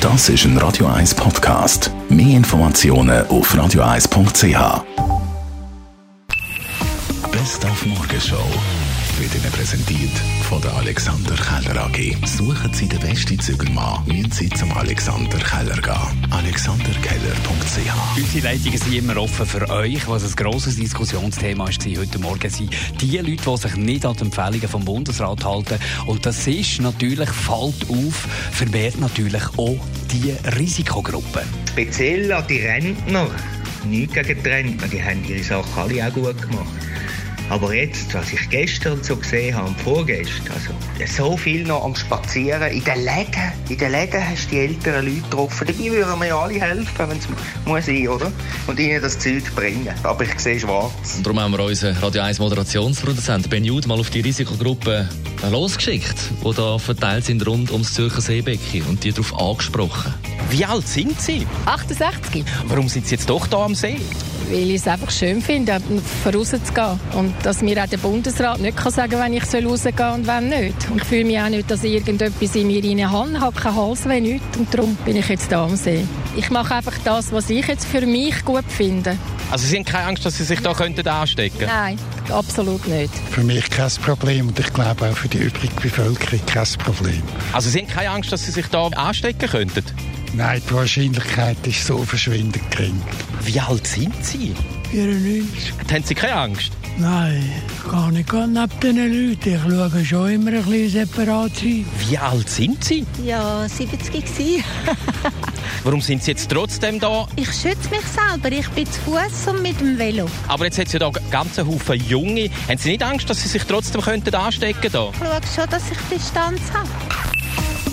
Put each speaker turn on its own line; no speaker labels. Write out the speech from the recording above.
Das ist ein Radio 1 Podcast. Mehr Informationen auf radio1.ch. Best auf Morgenshow wird Ihnen präsentiert von der Alexander Keller AG. Suchen Sie den besten Zügelmann, müssen Sie zum Alexander Keller gehen. AlexanderKeller.ch
Unsere Leitungen sind immer offen für euch, was ein grosses Diskussionsthema war heute Morgen. sind die Leute, die sich nicht an die Empfehlungen vom Bundesrat halten. Und das ist natürlich, fällt auf, vermehrt natürlich auch die Risikogruppe.
Speziell an die Rentner. Nichts gegen die Rentner, die haben ihre Sachen alle auch gut gemacht. Aber jetzt, was ich gestern so gesehen habe und vorgestern, also so viel noch am Spazieren, in den Läden, in den Läden hast du die älteren Leute getroffen, dabei würden wir ja alle helfen, wenn es muss sein, oder? Und ihnen das Zeug bringen. Aber ich sehe schwarz.
Darum haben wir unseren Radio 1 Moderationsproduzenten Ben Jude mal auf die Risikogruppe losgeschickt, die da verteilt sind rund ums Zürcher Seebecken und die darauf angesprochen.
Wie alt sind Sie?
68,
Warum sind Sie jetzt doch da am See?
weil ich es einfach schön finde, vorauszugehen. Und dass mir auch der Bundesrat nicht kann sagen kann, wenn ich rausgehen soll und wenn nicht. Und ich fühle mich auch nicht, dass ich irgendetwas in mir rein habe. Ich habe keinen Hals, wenn nicht. Und darum bin ich jetzt da am See. Ich mache einfach das, was ich jetzt für mich gut finde.
Also Sie haben keine Angst, dass Sie sich da könnten anstecken könnten?
Nein, absolut nicht.
Für mich kein Problem und ich glaube auch für die übrige Bevölkerung kein Problem.
Also Sie haben keine Angst, dass Sie sich da anstecken könnten?
Nein, die Wahrscheinlichkeit ist so verschwindend gering.
Wie alt sind Sie?
94.
Haben Sie keine Angst?
Nein, gar nicht ganz neben diesen Leuten. Ich schaue schon immer ein bisschen separat sein.
Wie alt sind Sie?
Ja, 70 gsi.
Warum sind Sie jetzt trotzdem da?
Ich schütze mich selber. Ich bin zu Fuß und mit dem Velo.
Aber jetzt hat es ja da ganzen Haufen Junge. Haben Sie nicht Angst, dass Sie sich trotzdem könnten anstecken da?
Ich schaue schon, dass ich Distanz habe.